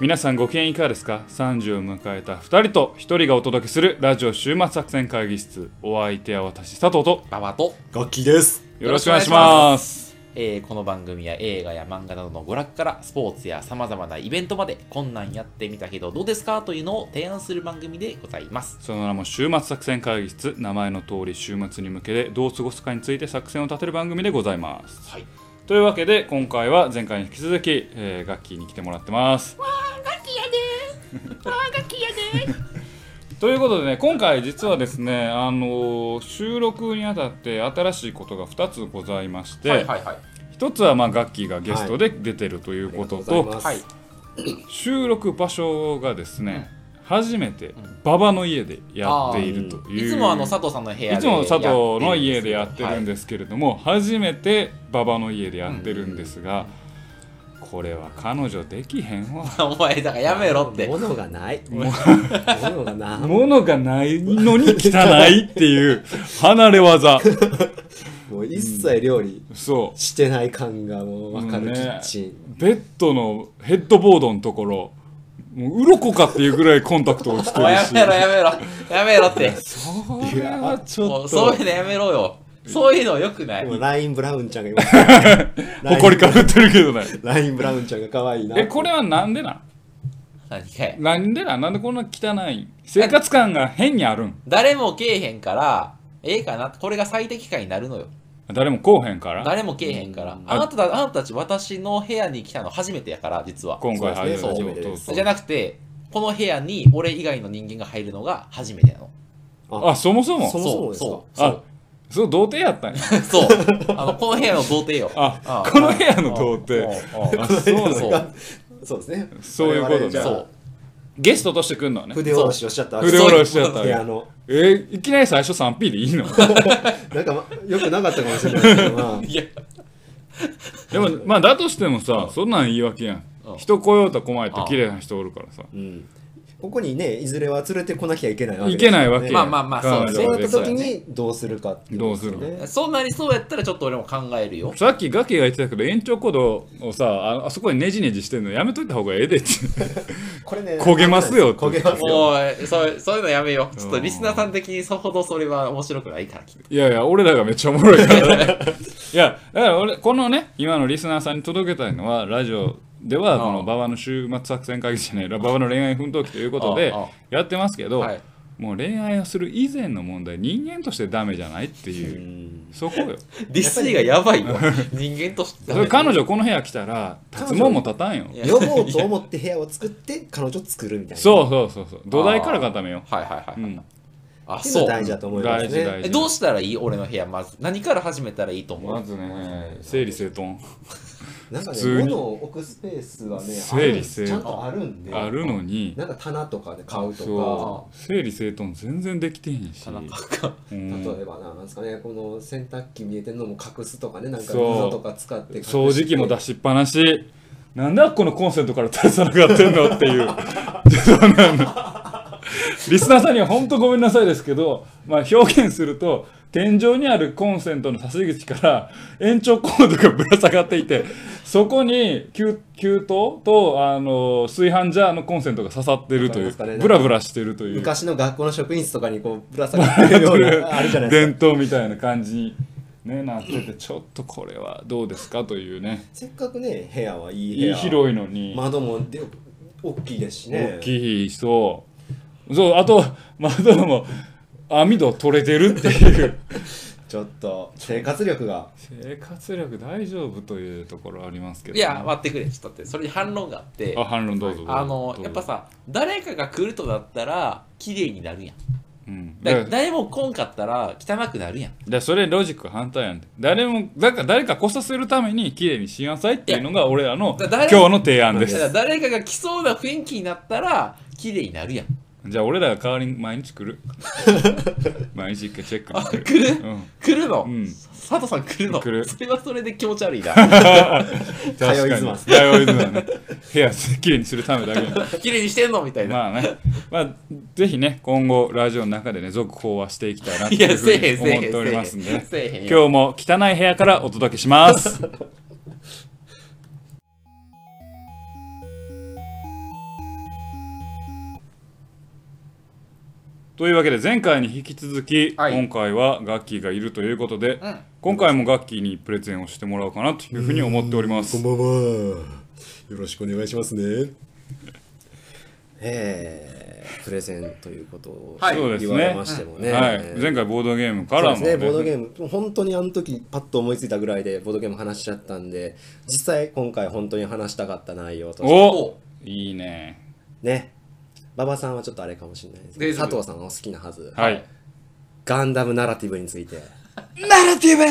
皆さんご機嫌いかがですか ?30 を迎えた2人と1人がお届けするラジオ週末作戦会議室お相手は私佐藤とババと、楽器ですよろしくお願いしますえーこの番組は映画や漫画などの娯楽からスポーツやさまざまなイベントまでこんなんやってみたけどどうですかというのを提案する番組でございますその名も週末作戦会議室名前の通り週末に向けてどう過ごすかについて作戦を立てる番組でございますはいというわけで今回は前回に引き続き、えー、ガッキーに来てもらってますガキやでー。あーガキやでー。ということでね今回実はですねあのー収録にあたって新しいことが2つございまして、はいはいはい一つはまあガッキーがゲストで出てるということと,、はい収録場所がですね、初めて馬場の家でやっているといいう、つもあの佐藤さんの部屋いでつも佐藤の家でやってるんですけれども、初めて馬場の家でやってるんですが、これは彼女できへん わ。す、はいお前だからやめろって物がない物がないも物がないのに汚いっていう 離れ技う一切料理そうしてない感がもう分かるキッチンベッドのヘッドボードのところもう鱗かっていうぐらいコンタクト落ちてもうるや しめろやめろやめ ろってそれはちょもっうそうというのやめろよそういうのよくないでもラインブラウンちゃんがいますね ライン誇りかぶってるけどねラインブラウンちゃんが可愛いなえこれはなんでなん何かいなんでなんなんでこんな汚い生活感が変にあるん誰もけえへんからええかなこれが最適化になるのよ誰もこうへんから誰もけえへんから、うんあなたたあなたたち私の部屋に来たの初めてやから実は今回入るそうでそすねう初めてですそうじゃなくてこの部屋に俺以外の人間が入るのが初めてなのあそもそもそもそもですかそうそあうそう童貞やったんやそう あのこの部屋の童貞よあうんこの部屋の童貞うんうんあそうなんそうだ そうですねそういうことね我々じゃあそうゲストとして来るのはね筆下ろしをしちゃったわけ筆下ろしちゃったわ部け屋のえーいきなり最初 3P でいいのなんかまよくなかったかもしれないけどまあいやでもまあだとしてもさそんなん言い訳やんうん人来ようと来まいとあ綺麗な人おるからさうんここにねいずれは連れてこなきゃいけないわけいですけよねないわけやんまあまあまあそう彼女ねそでうなっさた時にどうするかってことですよねどうすそんなにそうやったらちょっと俺も考えるよさっきガキが言ってたけど延長コードをさああそこにネジネジしてるのやめといた方がええでってこれね焦げますよって焦げますよおいそうそういうのやめようちょっとリスナーさん的にそほどそれは面白くないからきっといやいや俺らがめっちゃおもろいからねいやだから俺このね今のリスナーさんに届けたいのはラジオではうんこの馬場の週末作戦会議じゃない馬場の恋愛奮闘記ということでうんうんやってますけど、はいもう恋愛をする以前の問題人間としてダメじゃないってういうんそこよディスリーがや ばいよ人間としてそれ彼女この部屋来たら立つもんも立たんよいや呼ぼうと思って部屋を作って彼女を作るみたいなそうそうそうそう土台から固めよはいはいはう、い、うん、あっていうそのはう大事だと思います大事大ね事えどうしたらいい俺の部屋まず何から始めたらいいと思う、まずね整理整頓なんか普通ねに物を置くスペースはね整理整頓あるちゃんとあるんであるのになんか棚とかで買うとそう整理整頓全然できてへんし、うかん例えばななんですかねこの洗濯機見えてるのも隠すとかねなんかそう溝とか使って隠して掃除機も出しっぱなしなんであっこのコンセントから垂れ下がってんのっていう そうなんのリスナーさんには本当ごめんなさいですけど、まあ、表現すると天井にあるコンセントの差し口から延長コードがぶら下がっていてそこに給給湯とあの炊飯ジャーのコンセントが刺さってるといわかりまう、すかねぶらぶらしてるという昔の学校の職員室とかにこうぶら下がってるよう なあるじゃないです伝か統みたいな感じに、ね、なっててちょっとこれはどうですかというねせっかくね部屋はいい部いい屋広いのに窓もで大きいですしね大きいそうそうあと 窓も網戸取れてるっていうちょっと生活力が生活力大丈夫というところありますけどいね、や待ってくれちょっと待ってそれに反論があってあ反論どうぞどうぞあのどうぞやっぱさ誰かが来るとだったら綺麗になるやんうんだからだだか誰も来んかったら汚くなるやんらそれロジック反対やん誰もだから誰かこさせるために綺麗にしなさいっていうのが俺らのだ今誰日の提案でだからす誰かが来そうな雰囲気になったら綺麗になるやんじゃあ俺らが代わりに毎日 来る毎日一回チェックあして来るるうん来るの、うん佐藤さん来るの来るそれはそれで気持ち悪い な確かに通いずま通いずまね部屋きれいにするためだけに綺麗にしてんのみたいな、まあね、まあ、ぜひね、今後、ラジオの中でね、続報はしていきたいなといいやうふせえへんうにせえへん思っておりますんで、ね、せえへんせえへんよ今日も汚い部屋からお届けし ます。というわけで前回に引き続き、はい今回はガッキーがいるということで、うん今回もガッキーにプレゼンをしてもらおうかなというふうに思っておりますこんばんは。よろしくお願いしますね。えー、プレゼンということをはいそうです言ねわれましてもね。はいえー前回ボードゲームかそうらでもすね、ね、ボードゲーム、もう本当にあの時パッと思いついたぐらいでボードゲーム話しちゃったんで、実際今回本当に話したかった内容としておいいねね、馬場さんはちょっとあれかもしれないですけ大ど、丈夫佐藤さんはお好きなはず、はいガンダムナラティブについてナラティブ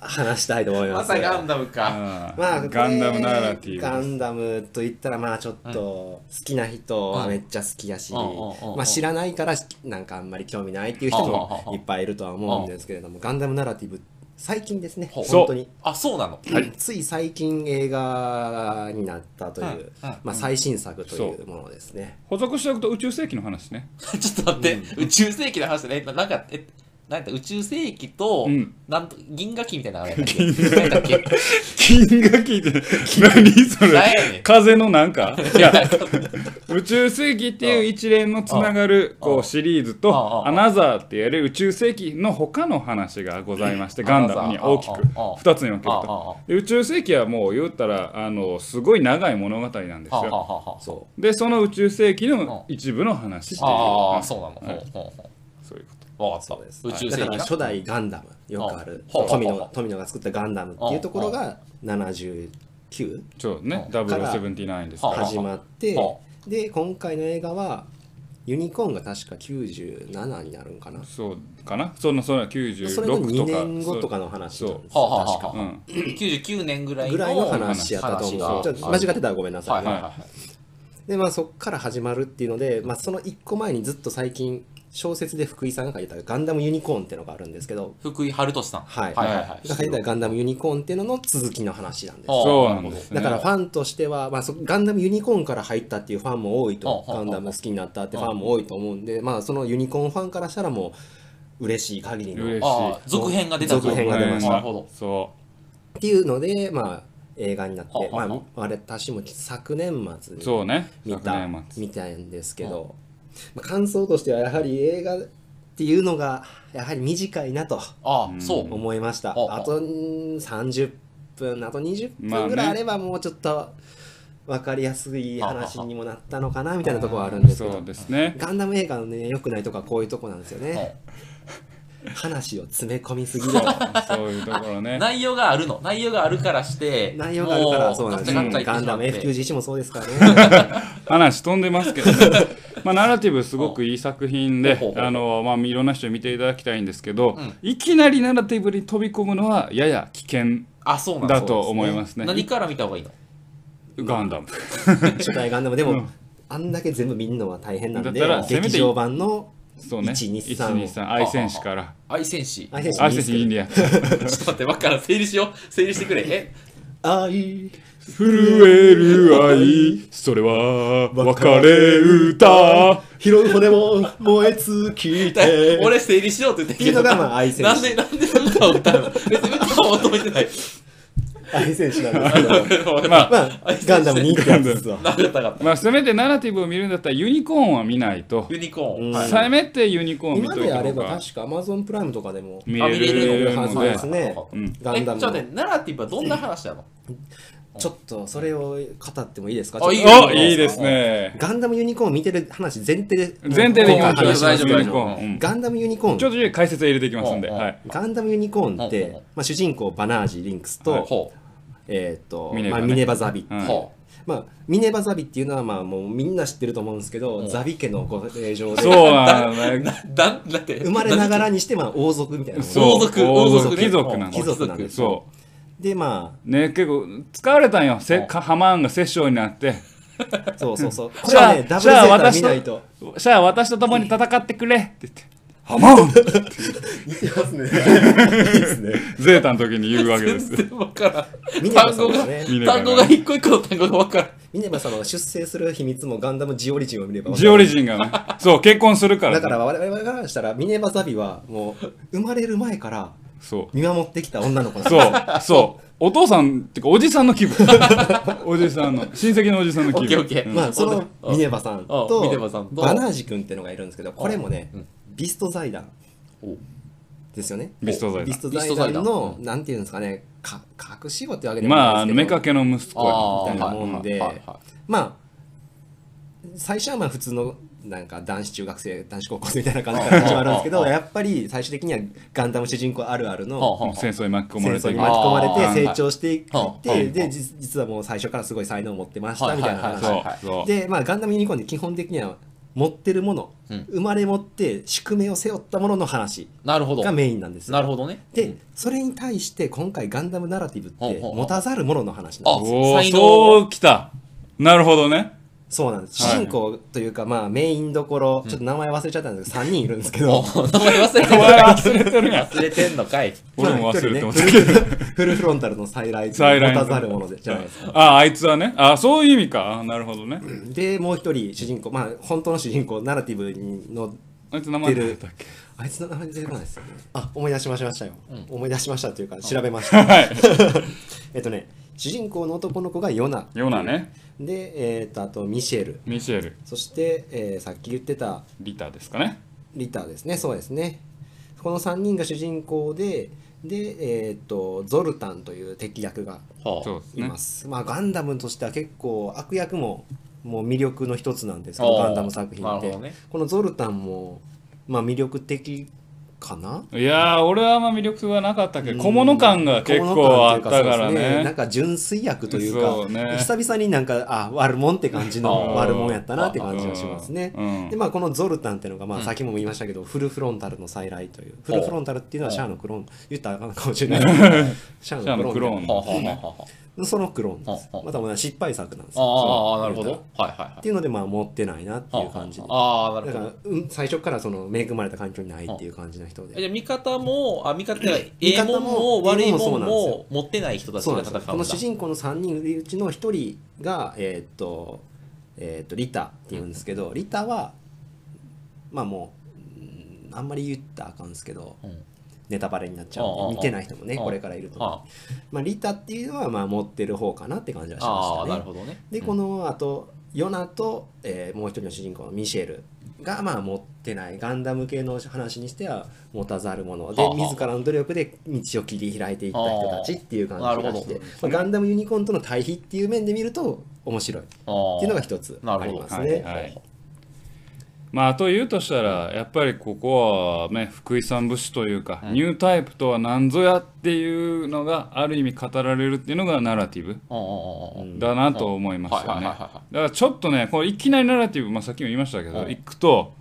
話したいと思いま。ますさガンダムか。あーまあ、これガンダムナラティブガンダムと言ったらまあちょっと好きな人はいめっちゃ好きやし、うんうんうんうんまあ、知らないからなんかあんまり興味ないっていう人うんうんもうんいっぱいいるとは思うんですけれどもガンダムナラティブ最近ですねほう本当に、あ、そうなの。つい最近映画になったという、はいはいまあ、最新作といそうものですね補足しておくと宇宙世紀の話ねちょっと待って、宇宙世紀の話だね。ななんか、え、なんだ宇宙世紀と、うんなんと、銀河期みたいなのあれだっけなんだ っけ金河期って 何それ何や ねん風のなんかいや宇宙世紀っていう一連のつながるあこあうシリーズあとあアナザーってやる宇宙世紀の他の話がございましてガンダムには大きくああああ2つに分けるあああとで宇宙世紀はもう言ったらあのすごい長い物語なんですはあはあよはあはあそでその宇宙世紀の一部の話っていうあはあ、いそうなの。ほうはいほうほそういうことうわかうそうっですた。宇宙だ世か紀らな。初代ガンダムよくあるあほうほうほう富野富野が作ったガンダムっていうところが79そうねあ0079ですあか始まってはで今回の映画はユニコーンが確か97になるんかなそうかなそのその96それとのか2年後とかのの話なんですはあはあは確あはかあうん99年ぐらいのぐらいの話やったと思う話がちょっと間違ってたらごめんなさはいいはいはねいはい。でまあそっから始まるっていうのでまあその1個前にずっと最近小説で福井さんが書いた「ガンダムユニコーン」っていうのがあるんですけど福井春俊さん。はいはいはいはいが書いた「ガンダムユニコーン」っていうのの続きの話なんですはあそうなんですねだからファンとしては、まあ、そガンダムユニコーンから入ったっていうファンも多いと、うんうんガうんンダム好きになったってファンも多いと思うんで、まあ、そのユニコーンファンからしたらもう嬉しい限りの嬉しいっああ、続編が出たと続編が出ましたなるほど。そていうので、まあ、映画になって、うんうんうんまあ、私も昨年末うにそうね見昨た年末見たんですけど、まあ、感想としてはやはり映画っていうのがやはり短いなとあうあ、んそう。思いました、うんあとうん30分あと20まあ分ねぐらいあればもうちょっと分かりやすい話にもなったのかなみたいなところはあるんですけそどうです ねガンダム映画のね良くないとこはこういうとこなんですよね話を詰め込みすぎるそういうところね内容があるの。内容があるからして、内容があるからもそうなんですガよッチャガガッチンャダム言ってしまって F91 もそうで すからね話飛んでますけど、まあナラティブすごくいい作品でほうほうほうあの、まあ、いろんな人に見ていただきたいんですけど、うんいきなりナラティブに飛び込むのはやや危険あ、そうなんだと思いますね何から見た方がいいのガンダム初代ガンダムでも、うんあんだけ全部見るのは大変なんでだったらせめて劇場版のそうね123 123愛戦士から愛戦士。愛ちょ戦士愛戦士インディアンっと待って、わからん。整理しよう。整理してくれ。え、愛震える愛それは別れ歌 拾う骨も燃え尽 きて俺整理しようって言ってっていうのがまあ愛戦士なんで、なんで歌を歌うの別に歌を求めてない。愛戦士なんですけどまあまあ、ガンダム2ってやつですわ。なかったかった。まあせめてナラティブを見るんだったらユニコーンは見ないと、ユニコーン。うんはいせめてユニコーン見今といでたあれ方ばが確か Amazon プライムとかでも見あれるはのずでですねうんガンダムえ、ちょっとね、ナラティブはどんな話なのちょっとそれを語ってもいいですかあちょっとおいいですねガンダムユニコーン見てる話前提で前提でいきましょう話します大丈夫大ユ丈ニ夫コーンうんガンダムユニコーンちょっと解説は入れていきますんで、うんうんはい、ガンダムユニコーンっうんうんて、まあ、主人公バナージ・リンクスと,、はいほえーとミネバまねあ、ミネバザビ、うんう。はいほまあ、ミネバザビっていうのはまあもうみんな知ってると思うんですけど、うんザビ家のご令嬢でそうなんう。だねな、だ、だって。生まれながらにしてまあ王族みたいなそう王族、王族ね貴族なんです貴族なんですそでまうね結構疲れたんよせうんかハマーンが殺生になってあそうそうそうこじれゃあはねダブルセーター見ないと「じゃあ私と共に戦ってくれ」って言って「ハマーン!」似てますね いいですねゼータの時に言うわけで全す然わからん。ミネバ単様語ががね、ミネバが単語が一個一個の単語がわからん。ミネバ様が出生する秘密もガンダムジオリジンを見れば分かるジオリジン がねそう結婚するからね、だから我々からしたらミネバザビはもう生まれる前からそう見守ってきた女の子なんですそうそうお父さんっていうかおじさんの気分 おじさんの親戚のおじさんのオ気ッケーオ分ッケー。まあ、そのうんミネバさんとあミネバさんとバナージ君っていうのがいるんですけどこれもね、うんビスト財団おですよねビスト財団ビスト財団のなんていうんですかねか隠し子ってわけでもまあなあいのですけ目ど、かけの息子やあーみたいなもんではいはいはいまあ最初はまあ普通のなんか男子中学生男子高校生みたいな感じから始まるんですけああどああやっぱり最終的にはガンダム主人公あるあるの、はあはあ戦争に巻き込ま戦れて争いにく巻き込まあれーて成長していって、はいはいで実実はもう最初からすごい才能を持ってましたはいみたいなはいはい巻き話、込まれそうてそうで、まあ、ガンダムユニコーンって基本的には持ってるもの、うん生まれ持って宿命を背負ったものの話なるほど。がメインなんですよなるほどね。うでん、それに対して今回ガンダムナラティブっほうほてうほう持たざるものの話なんあですおお才能そうきたなるほどねそうなんですはい主人公というか、まあ、メインどころちょっと名前忘れちゃったんですけど、3人いるんですけお ど名前忘れておる前忘れてるやん忘れてんのかい。俺も忘れてますまあ一人ねフルフルフロンタルの再来持再来たざるものでじゃないですかああいつはねあそういう意味かあなるほどねでもう一人主人公まあ本当の主人公ナラティブにのあいつ名前なんだっけあいつの名前出てこないですよねあ思い出しましたよ、思い出しましたというか調べましはたい えっとね主人公の男の子がヨナヨナねで、えっとあとミシェルミシェルそして、えーさっき言ってたリタですかねリターですねそうですねこの3人が主人公でで、えっとゾルタンという敵役がそうはですいねます、まあガンダムとしては結構悪役ももう魅力の一つなんですけあどーガンダム作品って、なるほどねこのゾルタンもまあ魅力的かないやー俺はあんま魅力はなかったけど小物感が結構あったから小物感というそうですなんねか純粋役というそうか、ね久々になんか、あ、悪もんって感じの悪もんやったなって感じがしますねうん。で、まあ、このゾルタンっていうのが、まあ、先も言いましたけど、フルフロンタルの再来という、フルフロンタルっていうのはシャアのクローン、言ったらあかんかもしれないけどシャアのクローシャアのクローンンあはあはあはあ。そのクローンですほうほ。うまたもう失敗作なんですよ。ああ、そうなるほど。はいはいはいっ。ていうので、まあ、持ってないなっていう感じで。ああ、なるだほかど。ら、うん最初からその恵まれた環境にないっていう感じの人えじで。ゃあ味方も、あ味方が、え味え方ももんも悪いええももんもそうなんんですも持ってない人たちそうながんで戦すうんだ。よこの主人公の3人いるうちの1人が、えーっとえーっとリタっていうんですけど、リタはまあもううんあんまり言ったらあかんですけど、うんネタバレになっちゃうんああああで見てない人もねああこれからいると思うあまあ、リタっていうのはまあ持ってる方かなって感じはしまああ、したなるねほどね。でこのあとヨナと、えーもう一人の主人公のミシェルがまあ持ってないガンダム系の話にしては持たざるものではあはあ自らの努力で道を切り開いていった人たちっていう感ああじなるがほしどて、まあ、ガンダムユニコーンとの対比っていう面で見ると面白いってああいうのが一つなあるりほどますはいね。はいまあ、あと言うとしたらやっぱりここはね福井さん節というか、ニュータイプとは何ぞやっていうのがある意味語られるっていうのがナラティブうんうんうんうんだなと思いましたはねいはいはいだかはいらちょっとねこれいきなりナラティブ、まあ、さっきも言いましたけど、うん行くと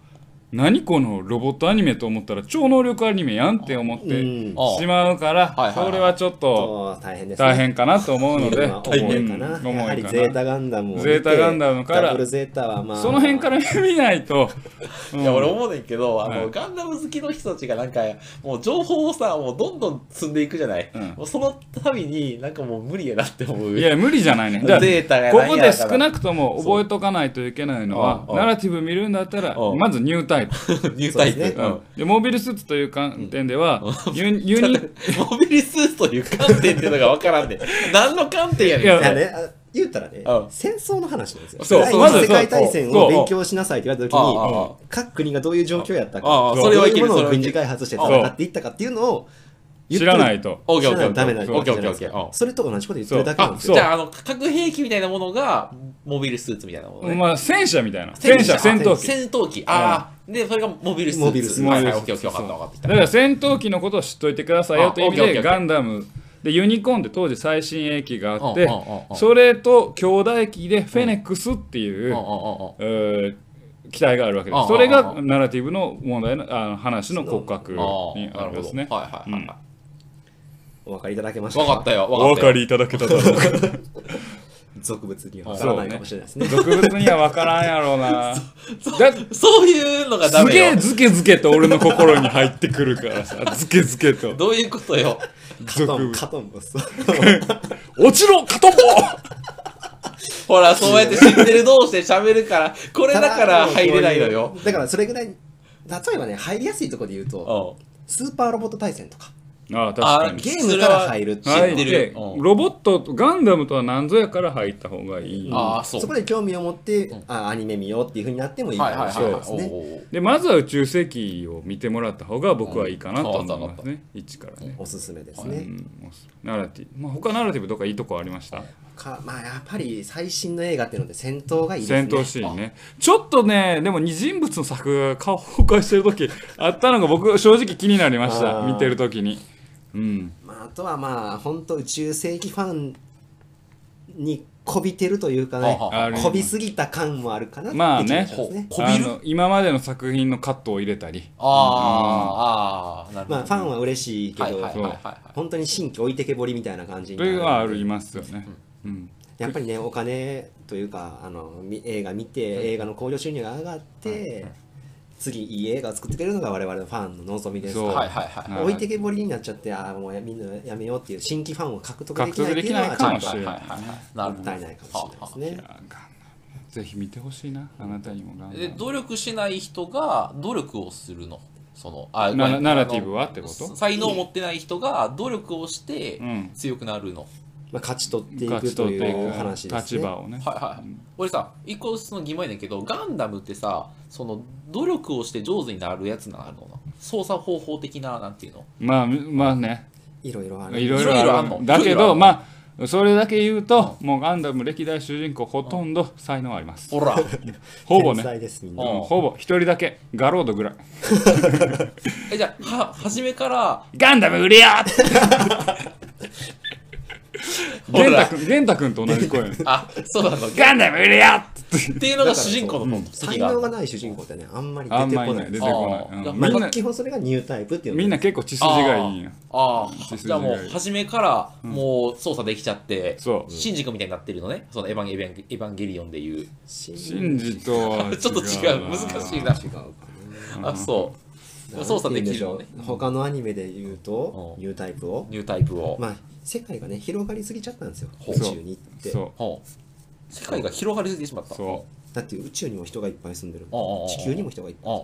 何このロボットアニメと思ったら超能力アニメやんって思ってうんしまうから、はいはいはいそれはちょっとそう大変ですね大変かなと思うので、大変かな。うん重いやはりかなゼータガンダムを見てゼータガンダムからダブルゼータはまあその辺から見ないと、 うんいや俺思うねんけど、あの、はいガンダム好きの人たちがなんかもう情報をさもうどんどん積んでいくじゃない、うんもうその度になんかもう無理やなって思ういや無理じゃないねだからデータがこないこやでから少なくとも覚えとかないといけないのはそうああナラティブ見るんだったらああまずニュータイプ、ニュータイプ、そうですうねんでモビルスーツという観点では、ユニユニ モビリスーツという観点っていうのが分からんで、何の観点やねんいやいやね、あ言ったらねうん、戦争の話なんですよ。そう第ま二ず次世界大戦そうを勉強しなさいって言われたあああとあきに、各国がどういう状況やったか、ああどそうれはいいけうるものそれはいけをる軍事開発して戦っていったかっていうのを知言ってるらないとオッケーオッケ知らーないとダメなんですオッケーオッケーオッケー。うんそれと同じこと言ってるだけなんですそうよ。じゃああの核兵器みたいなものがモビルスーツみたいなものね、まあ戦車みたいな戦車戦闘機戦闘機ああ、でそれがモビルスーツモビルスーツはいはいモオビルッケーオスッーツケー分かった分かってきただから戦闘機のことを知っといてくださいよという意味あオッケでーオッケーガンダムでユニコーンで当時最新鋭機があってうんうんうんうんそれと兄弟機でフェネックスっていううんうんうんうんえー機体があるわけでああすそれああがナラティブの問題のあの話の骨格あにああなるんるほでどすねはいはいはい、はいお分かりいただけました分かったよお分か分ったかよりいただけただろうか俗物には分からないかもしれないですね。俗物には分からんやろう なだそういうのがダすメげえよズケズケと俺の心に入ってくるから さズケズケとどういうことよカト俗ン、物カトンもそう。落ちろカトンボほらそうやって知ってる同士で喋るからこれだから入れないのよ。だからそれぐらい、例えばね、入りやすいところで言うと、うスーパーロボット対戦とか。ああ、確かに。ゲームから入るってそれは知って入ってる。うんロボットとガンダムとは何ぞやから入った方がいい、ああ、そう。そこで興味を持って、あアニメ見ようっていうふうになってもいいかはいはいもしはいれはいないですおね。うおうでまずは宇宙世紀を見てもらった方が僕はいいかなと思いますね、一からね、おすすめですうね。ん、ナラティブ、まあ、他ナラティブとかいいとこありましたかまあやっぱり最新の映画っていうので戦闘がいいですね。戦闘シーンねちょっとねでも二人物の作画が顔崩壊してる時 あったのが僕正直気になりましたあー見てる時にうんまあ、あとはまあ本当宇宙世紀ファンにこびてるというかはねあはあある意味こびすぎた感もあるかなってまあ気がねしますねこびるあの今までの作品のカットを入れたりああ、ああ、なるほまど。あファンは嬉しいけはいど、はいはいはいはい。本当に新規置いてけぼりみたいな感じにとなるいうのはありますよね、うんやっぱりねお金というかあのみ映画見て映画の興行収入が上がって、次いい映画を作ってくれるのが我々のファンの望みですかそうはいら。はいはい。はい置いてけぼりになっちゃってああもうやみんなやめようっていう新規ファンを獲得で獲き得ないってでいきうのなはいちょかっもとしれないはいはいはいはいなるほもっどたいないかもしれないですね。あかんなぜひ見てほしいなあなたにもガンダムで努力しない人が努力をするのそのあなごめんナラティブはってことあの才能を持ってない人が努力をしてうん強くなるの、まあ、勝ち取ってい勝くちと取っていいうく話で立すね。場をね、はいはい、俺さ一個その疑問やねんけどガンダムってさその努力をして上手になるやつなのな操作方法的ななんていうのまあまあねいろいろあいる。ろいろいろいろああるんのだけいろいろあどんのまあそれだけ言うともうガンダム歴代主人公ほとんど才能ありますほらほぼね天才ですみんうな。んほぼ一人だけガロードぐらいえじゃあは初めからガンダム売れよってほ玄ら太君玄太君と同じ声あそうなのっガンダム売れよってていうのが主人公の才時がある能がない主人公ってね、あんまり出あんてまこりなねい出てです。こない、あうーんまみんあ、な基本それがニュータイプっていうのみんな結構血筋がいいんやあ血あ、筋じゃあもがいう初めからもう操作できちゃって、そうシンジ君みたいになってるのね、そのエヴァンエヴァンエヴァンゲリオンでいう。シシンジとは違うな ちょっと違う、難しいな。違うかあ、そう。な。操作できなんてる言うのんでねし、ょう他のアニメで言うと、うんニュータイプを。ニュータイプを。まあ、世界がね、広がりすぎちゃったんですよ、ほう宇宙にって。そほう世界が広がりすぎてしまっうた。そだって宇宙にも人がいっぱい住んでるうんうんうん。地球にも人がいっぱああ、あうい。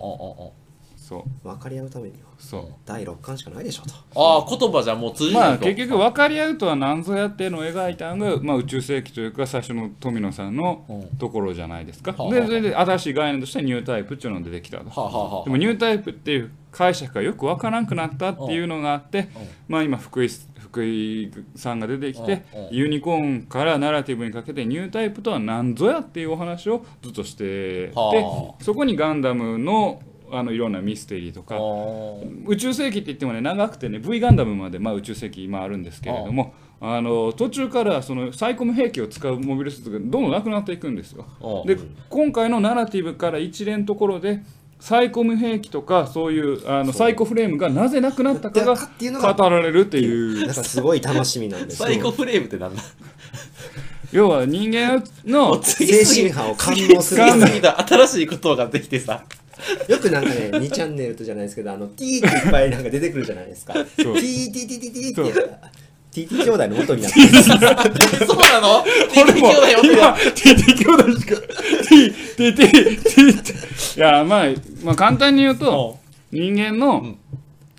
そう分かり合うためには、そう第6巻しかないでしょと。あああ、言葉じゃもう通じないまと。あ結局分かり合うとは何ぞやっていうのを描いたのが、まあ、宇宙世紀というか最初の富野さんのうんところじゃないですか、はあではあそれで新しい概念としてニュータイプっていうのが出てきたと、はあはあはあでもニュータイプっていう解釈がよく分からなくなったっていうのがあって、まあ、今福井福井さんが出てきて、うんうんユニコーンからナラティブにかけてニュータイプとは何ぞやっていうお話をずっとしてて、はそこにガンダムのあのいろんなミステリーとか、宇宙世紀って言ってもね長くてね V ガンダムまで、まあ、宇宙世紀今あるんですけれどもあの途中からそのサイコム兵器を使うモビルスーツがどんどんなくなっていくんですよ。ああで今回のナラティブから一連のところでサイコム兵器とかそういうあのサイコフレームがなぜなくなったかがだからっていうのが語られるっていうなんかすごい楽しみなんですサイコフレームってなんだ要は人間の精神派を感動する次々と新しいことができてさ。 よくなんかね、2チャンネルとじゃないですけど、あの、T っていっぱいなんか出てくるじゃないですか。T、う T、T、T、T、そう T って。TT 兄弟の元にな ってる。そうなの俺も兄弟呼んでよ今 TT 兄弟しか TTTT いやまあまあ簡単に言うと人間のん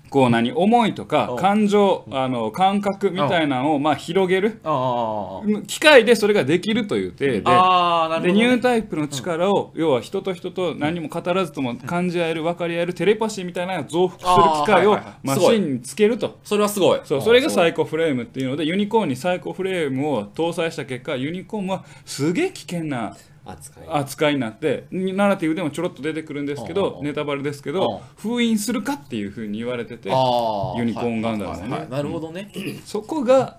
こう何思いとかうん感情あの感覚みたいなのをまあ広げるああ機械でそれができるという体でああ、なるほでどニね。ュータイプの力を要は人と人と何も語らずとも感じ合える分かり合えるテレパシーみたいなのを増幅する機械あーはいはいをはいマすごシいンにつけると。それはすごい。そうそれがサイコフレームっていうのでユニコーンにサイコフレームを搭載した結果ユニコーンはすげえ危険な扱い。扱いになってナラティブでもちょろっと出てくるんですけうんうんどうんネタバレですけうんど封印するかっていうふうに言われててあーユニコーンガンダムのねはいはいはいなるほどね。そこが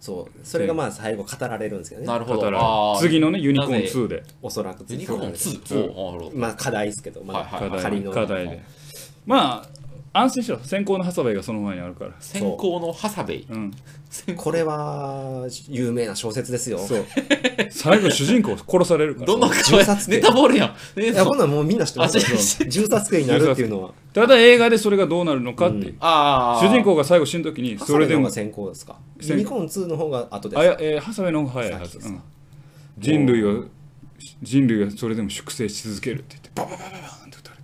そう。それがまあ最後語られるんですけどなね。るほ語ど。らあーれ次のねユニコーン2なぜでおそらく。ユニコーン2。おーなるほどまあ課題ですけど、まはい課あ題仮ねの。課題でまあ安心しろ先行のハサウェイがその前にあるから先行のハサベイ。うんこれは有名な小説ですよ。そう最後主人公殺されるからどの銃殺ネ刑タボールやん。ねいや、こんなんもうみんな知ってますよあ知ってる知っ。銃殺刑になるっていうのは。ただ映画でそれがどうなるのかっていうああ。主人公が最後死ぬ時にそそれれででもも先行ですか。先行ユニコーン2の方が後であすか。いや、えー、ハサウェイの方が早いはず、うん人類は人類はそれでも粛清し続けるって言ってババババババーンって撃たれ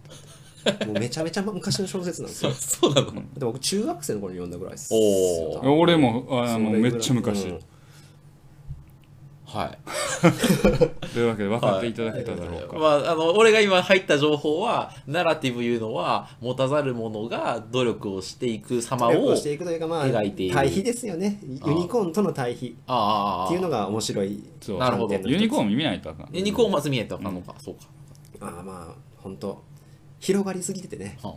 てもうめちゃめちゃ昔の小説なんですよ。そうなの、でも僕中学生の頃に読んだぐらいです。おー多分俺もあそれもぐうらいめっちゃ昔、うんはいというわけで分かっていただけただろうか、まあ、あの俺が今入った情報はナラティブいうのは持たざる者が努力をしていく様努力ををしていくというかまあ描いている対比ですよねユニコーンとの対比ああっていうのが面白いそうなるほどユニコーン見ないとあかんユニコーンまず見えたのか、そうか、ああまあ本当広がりすぎててねは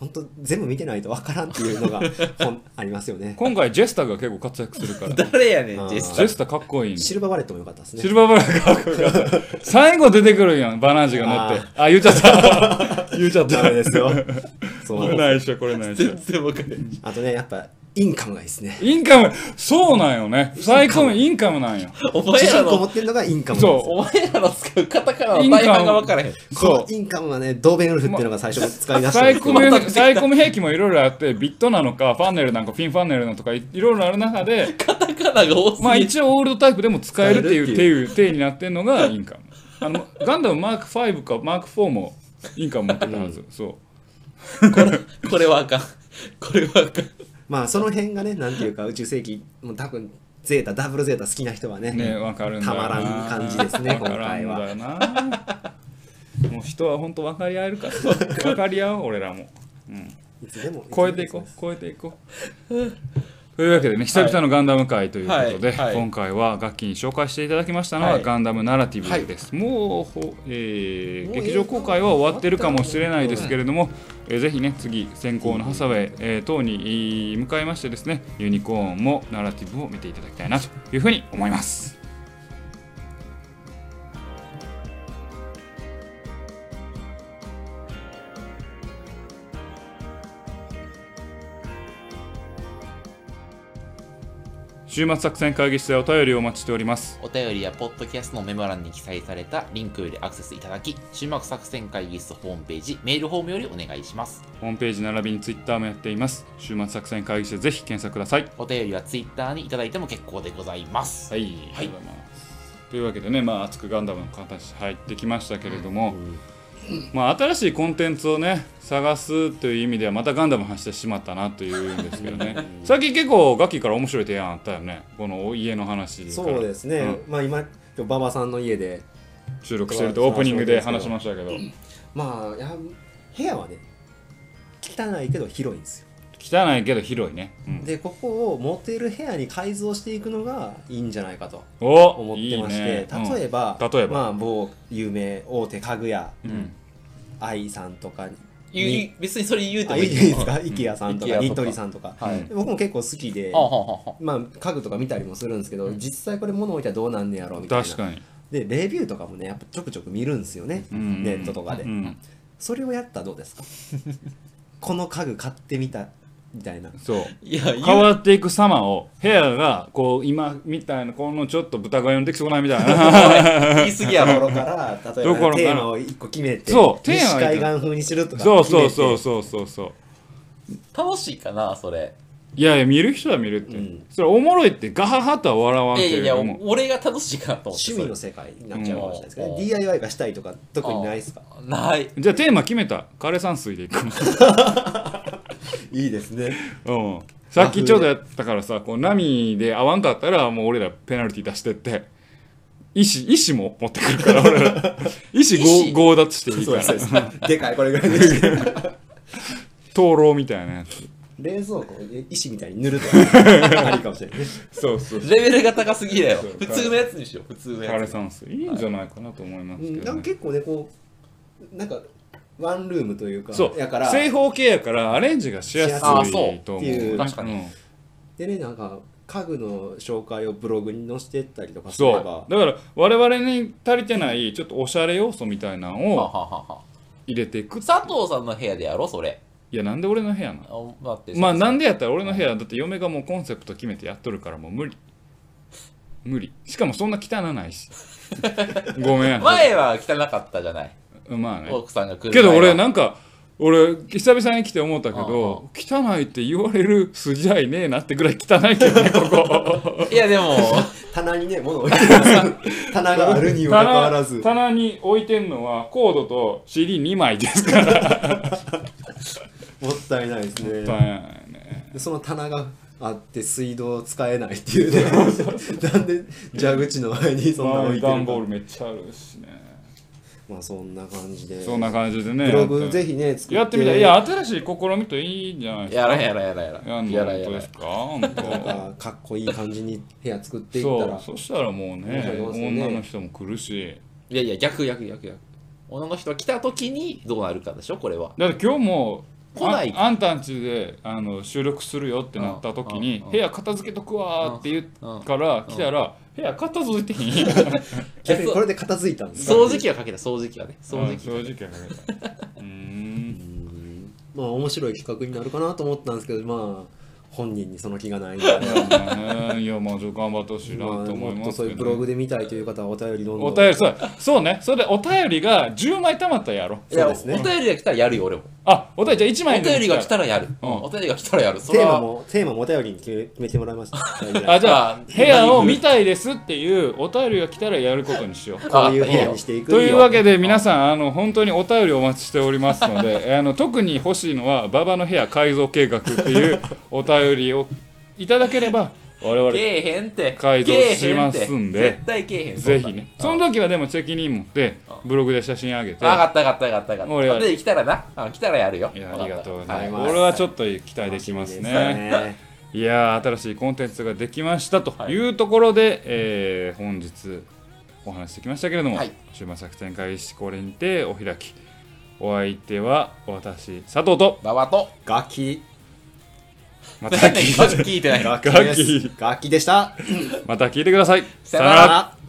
本当全部見てないとわからんっていう のがほんありますよね今回ジェスターが結構活躍するからジ誰やねんあージェスェスターかっこいいねシルバーバレットも良かったですねシルバーバラーかっこよかった最後出てくるやんバナージが乗ってあ言っちゃった言っちゃっダたメですよ そこれう内緒これ内緒全然わかんないあとねやっぱインカムがいいですねインカムそうなんよね最高のインカムなんよお前主ら人公持のってるのがインカムなんですよそお前らの使うカタカナの大半が分からへんうこそのインカムはねドーベンウルフっていうのが最初使い出うしたんサでイすけコどミまたサイコミ兵器もいろいろあってビットなのかファンネルなんかピンファンネルのとかいいろいろある中 でカタカナが多すぎる、まあ一応オールドタイプでも使えるっていう使える手っていう手になってんのがインカムあのガンダムマーク5かマーク4もインカム持ってたはず、そうこれはあかんこれはあかんまあその辺がねなんていうか宇宙世紀もう多分ゼータダブルゼータ好きな人はねねわかるんだよなたまらん感じですねわからん今だよなもう人は本当分かり合えるから分かり合おう俺らも、うん、いつでも超えていこう超えていこう というわけでね久々のガンダム会ということで、はいはい今回は楽器に紹介していただきましたのは、はいガンダムナラティブです、もうほ、えーもう劇場公開は終わってるかもしれないですけれども、えーぜひね次先行のハサウェイ、えー等にえー向かいましてですねユニコーンもナラティブを見ていただきたいなというふうに思います週末作戦会議室でお便りをお待ちしておりますお便りやポッドキャストのメモ欄に記載されたリンクよりアクセスいただき、終幕作戦会議室ホームページ、メールフォームよりお願いします。ホームページ並びにツイッターもやっています週末作戦会議室でぜひ検索くださいお便りはツイッターにいただいても結構でございます。はい、ありがとうございますというわけでね、まあ、熱くガンダムの形入ってきましたけれども、まあ、新しいコンテンツをね探すという意味ではまたガンダム走ってしまったなというんですけど ね最近結構ガキから面白い提案あったよねこの家の話からそうですね、うまあ今馬場さんの家でん収録してるとオープニングで話しましたけどまあや部屋はね汚いけど広いんですよ 汚いけど広いね、うんでここを持てる部屋に改造していくのがいいんじゃないかと思おってましていいねうん例えば,、うん例えばまあ、某有名大手家具屋うん愛さんとかゆゆ別にそれ言うてあもいいいいですかうん IKEA さんとうんか IKEA ニトリさんとか、はいうん僕も結構好きであはははまあ、家具とか見たりもするんですけど、実際これ物置いたらどうなんねやろみたいな確かに、でレビューとかもねやっぱちょくちょく見るんですよね、うんネットとかで、うん、それをやったらどうで すかこの家具買ってみたみたいなそういや、言変うわっていく様を部屋がこう今みたいなこのちょっと豚が呼んできそうなみたいな 言い過ぎやとろ。ころから例えどころかばらテーマを一個決めてそうテーマ西を決め海て岸風にするとかそうそう決めそうてそうそうそう楽しいかな、それ。いやいや見る人は見るって、うんそれおもろいってガハハとは笑わんいやけいやれいや、ども俺が楽しいかなと思って。趣味の世界になっちゃうかもしれないですけうど、ん DIY がしたいとか特にないですかそれない。じゃあテーマ決めた枯山水でいく いいですねうんさっきちょうどやったからさこう波で合わんかったらもう俺らペナルティ出してって石石も持ってくるから俺 ら石ご石強奪していいそうかでらすそうですでかいこれぐらいですけど 灯籠みたいなやつ冷蔵庫を石みたいに塗るとかありかもしれないねそうそうレベルが高すぎだよ。そう普通のやつにしよう、普通の枯やつ。山水いいんじゃないかなと思いまうすけんなど、んねか結構ねこうなんかワンルームというかそうやから正方形やからアレンジがしやすいしやすいと思っていうう確確かかに、にうんでねなんか家具の紹介をブログに載せてったりとかすればそうだから我々に足りてないちょっとおしゃれ要素みたいなのははをはは入れていく佐藤さんの部屋でやろ、それ。いやなんで俺の部屋なのあ待ってまあなんででやったら俺の部屋だって嫁がもうコンセプト決めてやっとるからもう無理無理しかもそんな汚ないし ごめん 前は汚かったじゃない。まあね奥さんが来るけど前は俺なんか俺久々に来て思ったけど汚いって言われる筋合いねえなってぐらい汚いけどねここいやでも棚にね物を置いて ます棚があるにもかかわらず棚棚に置いてんのはコードと CD2 枚ですからもったいないですね大変やねでその棚があって水道使えないってい うねなんで蛇口の前に そんな置いてる段ボーのルめっちゃあるしねまあそんな感じでそんな感じでねブログぜひね作ってやってみたいいや新しい試みといいんじゃないですかやらんやらんやらんややらんんのやらんや本当らでんすか本当なんかかっこいい感じに部屋作っていったそうらそしたらもう面白ねいですよね女の人も来るしいやいや逆逆逆逆女の人が来た時にどうなるかでしょこれはだって今日も来ないああんたんちであの収録するよってなった時うんにうんうん部屋片付けとくわーって言うんうから来たら部屋片付いてへ んやん逆にこれで片付いたんですか掃除機はかけた掃除機はね掃除機うん 掃除機やからうーんうんまあ面白い企画になるかなと思ったんですけどまあ本人にその気がないのでまあねいやまあちょっと頑張ってほしいなまあと思いもっまとすそうけいうブどログで見たいという方はお便りどんどんお便りそうそうねそれでお便りが10枚たまったらやろいやそうですねお便りが来たらやるよ俺もあお便りじゃあ1枚おでも便りが来たらやるうんお便りが来たらやるそれテーはマもテーマもお便りに決め決めてもらい ましたあじゃああ部屋を見たいですっていうお便りが来たらやることにしよう。こういう部屋にしていくというわけで皆さんあの本当にお便りお待ちしておりますので えーあの特に欲しいのは馬場の部屋改造計画って いうお便りをいただければ我々けえへんって改造けえへんってしますんで絶対けえへんぜひねそそんなの時はでも責任持ってブログで写真あげてあ分かった分かった分かった分かった俺はお便り来たらなあ来たらやるよいやありがとうございまわすかった俺はちょっと期待できますね。いやー新しいコンテンツができましたというところで、えー本日お話してきましたけれども、はい終末作戦会議室これにてお開きお相手は私佐藤とババとガキまた 変な聞い 聞いてないガキですガキガキでしたまた聞いてくださいさよなさよなら